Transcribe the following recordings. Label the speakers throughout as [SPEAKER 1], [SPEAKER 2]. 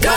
[SPEAKER 1] Go！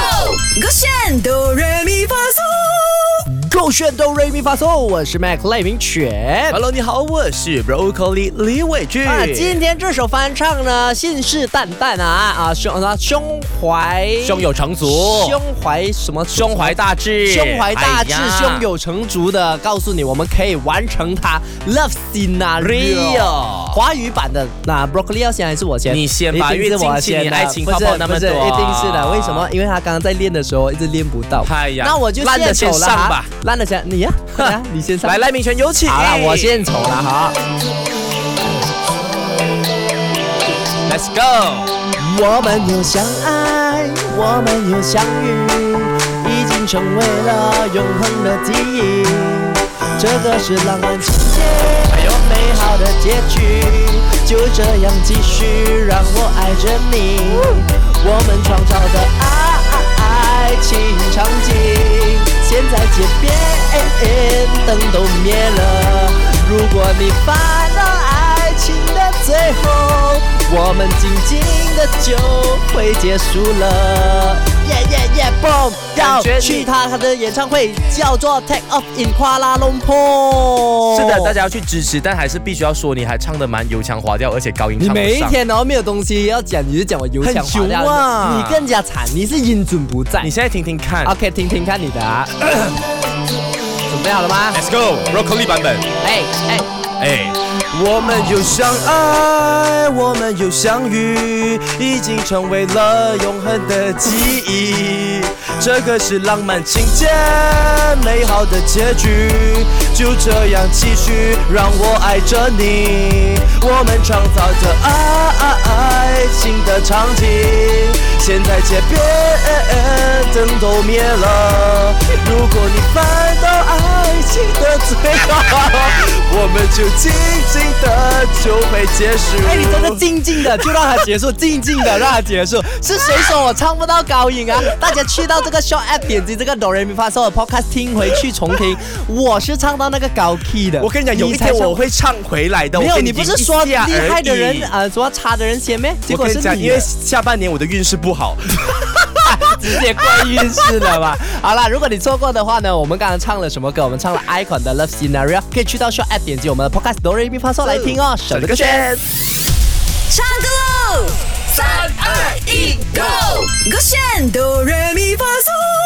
[SPEAKER 1] 我选哆来咪发嗦，
[SPEAKER 2] 勾选哆瑞咪发嗦，我是 Mac 赖明犬。
[SPEAKER 3] Hello，你好，我是 Broccoli 李伟俊。
[SPEAKER 2] 啊，今天这首翻唱呢，信誓旦旦啊啊胸啊胸怀
[SPEAKER 3] 胸有成竹，
[SPEAKER 2] 胸怀什么
[SPEAKER 3] 胸怀大志，
[SPEAKER 2] 胸怀大志、
[SPEAKER 3] 哎呀
[SPEAKER 2] 胸有成竹的告诉你，我们可以完成它。Love Scenario，
[SPEAKER 3] Rio
[SPEAKER 2] 华语版的那 Broccoli 要先还是我先？
[SPEAKER 3] 你先吧
[SPEAKER 2] 一定是
[SPEAKER 3] 因为近期
[SPEAKER 2] 我先
[SPEAKER 3] 你
[SPEAKER 2] 的
[SPEAKER 3] 爱情
[SPEAKER 2] 不是
[SPEAKER 3] 泡泡那么
[SPEAKER 2] 不是
[SPEAKER 3] 多
[SPEAKER 2] 一定是的。为什么？因为他刚刚在练的时候一直练不到。
[SPEAKER 3] 哎呀
[SPEAKER 2] 那我就
[SPEAKER 3] 烂的
[SPEAKER 2] 献丑了
[SPEAKER 3] 先
[SPEAKER 2] 啊
[SPEAKER 3] 上吧，
[SPEAKER 2] 烂的先你呀，来啊你先上。
[SPEAKER 3] 来赖明全有请。
[SPEAKER 2] 好了，我献丑了哈。
[SPEAKER 3] Let's go。
[SPEAKER 2] 我们又相爱，我们又相遇，已经成为了永恒的记忆。这个是浪漫情节，有美好的结局。就这样继续，让我爱着你。我们创造的爱情场景，现在街边灯都灭了。如果你烦恼爱情的最后，我们静静的就会结束了。耶耶耶，boom！要
[SPEAKER 3] 感觉你
[SPEAKER 2] 去他他的演唱会，叫做 Take Off in Kuala Lumpur。
[SPEAKER 3] 是的，大。家要去支持，但还是必须要说，你还唱得蛮油腔滑调，而且高音
[SPEAKER 2] 你
[SPEAKER 3] 唱不
[SPEAKER 2] 每一
[SPEAKER 3] 上。
[SPEAKER 2] 天都没有东西要讲，你就讲我油腔滑调
[SPEAKER 3] 很熊啊
[SPEAKER 2] 你更加惨，你是音准不在
[SPEAKER 3] 你。现在听听看。
[SPEAKER 2] OK，听听看你的、 啊，准备好了吗？
[SPEAKER 3] Let's go，Broccoli 版本。
[SPEAKER 2] 哎哎，
[SPEAKER 3] 哎，我们又相爱，我们又相遇，已经成为了永恒的记忆。这个是浪漫情节，美好的结局，就这样继续，让我爱着你。我们创造着爱爱情的场景，现在街边灯都灭了。如果你烦恼爱情的最后。我们就静静的就会结束。
[SPEAKER 2] 哎，你真的静静的就让它结束，静静的让它结束。是谁说我唱不到高音 啊？大家去到这个 Show App 点击这个哆来咪发嗦的 Podcast 听回去重听，我是唱到那个高 key 的。
[SPEAKER 3] 我跟你讲，有一天
[SPEAKER 2] 才唱
[SPEAKER 3] 我会唱回来的。
[SPEAKER 2] 没有，
[SPEAKER 3] 我跟
[SPEAKER 2] 你不是说厉害的人啊，呃说差的人先咩？结
[SPEAKER 3] 我
[SPEAKER 2] 果
[SPEAKER 3] 跟
[SPEAKER 2] 是
[SPEAKER 3] 你讲，
[SPEAKER 2] 你
[SPEAKER 3] 因
[SPEAKER 2] 的
[SPEAKER 3] 为。下半年我的运势不好，
[SPEAKER 2] 直接怪运势了吧？ 好啦，如果你错过的话呢，我们刚刚唱了什么歌？我们唱了 Icon 的 Love Scenario，可以去到 Show App 点击我们的 Podcast 哆瑞咪发嗦来听哦。省了个
[SPEAKER 3] 圈。
[SPEAKER 1] 唱歌喽！三二一，Go！我选哆来咪发嗦。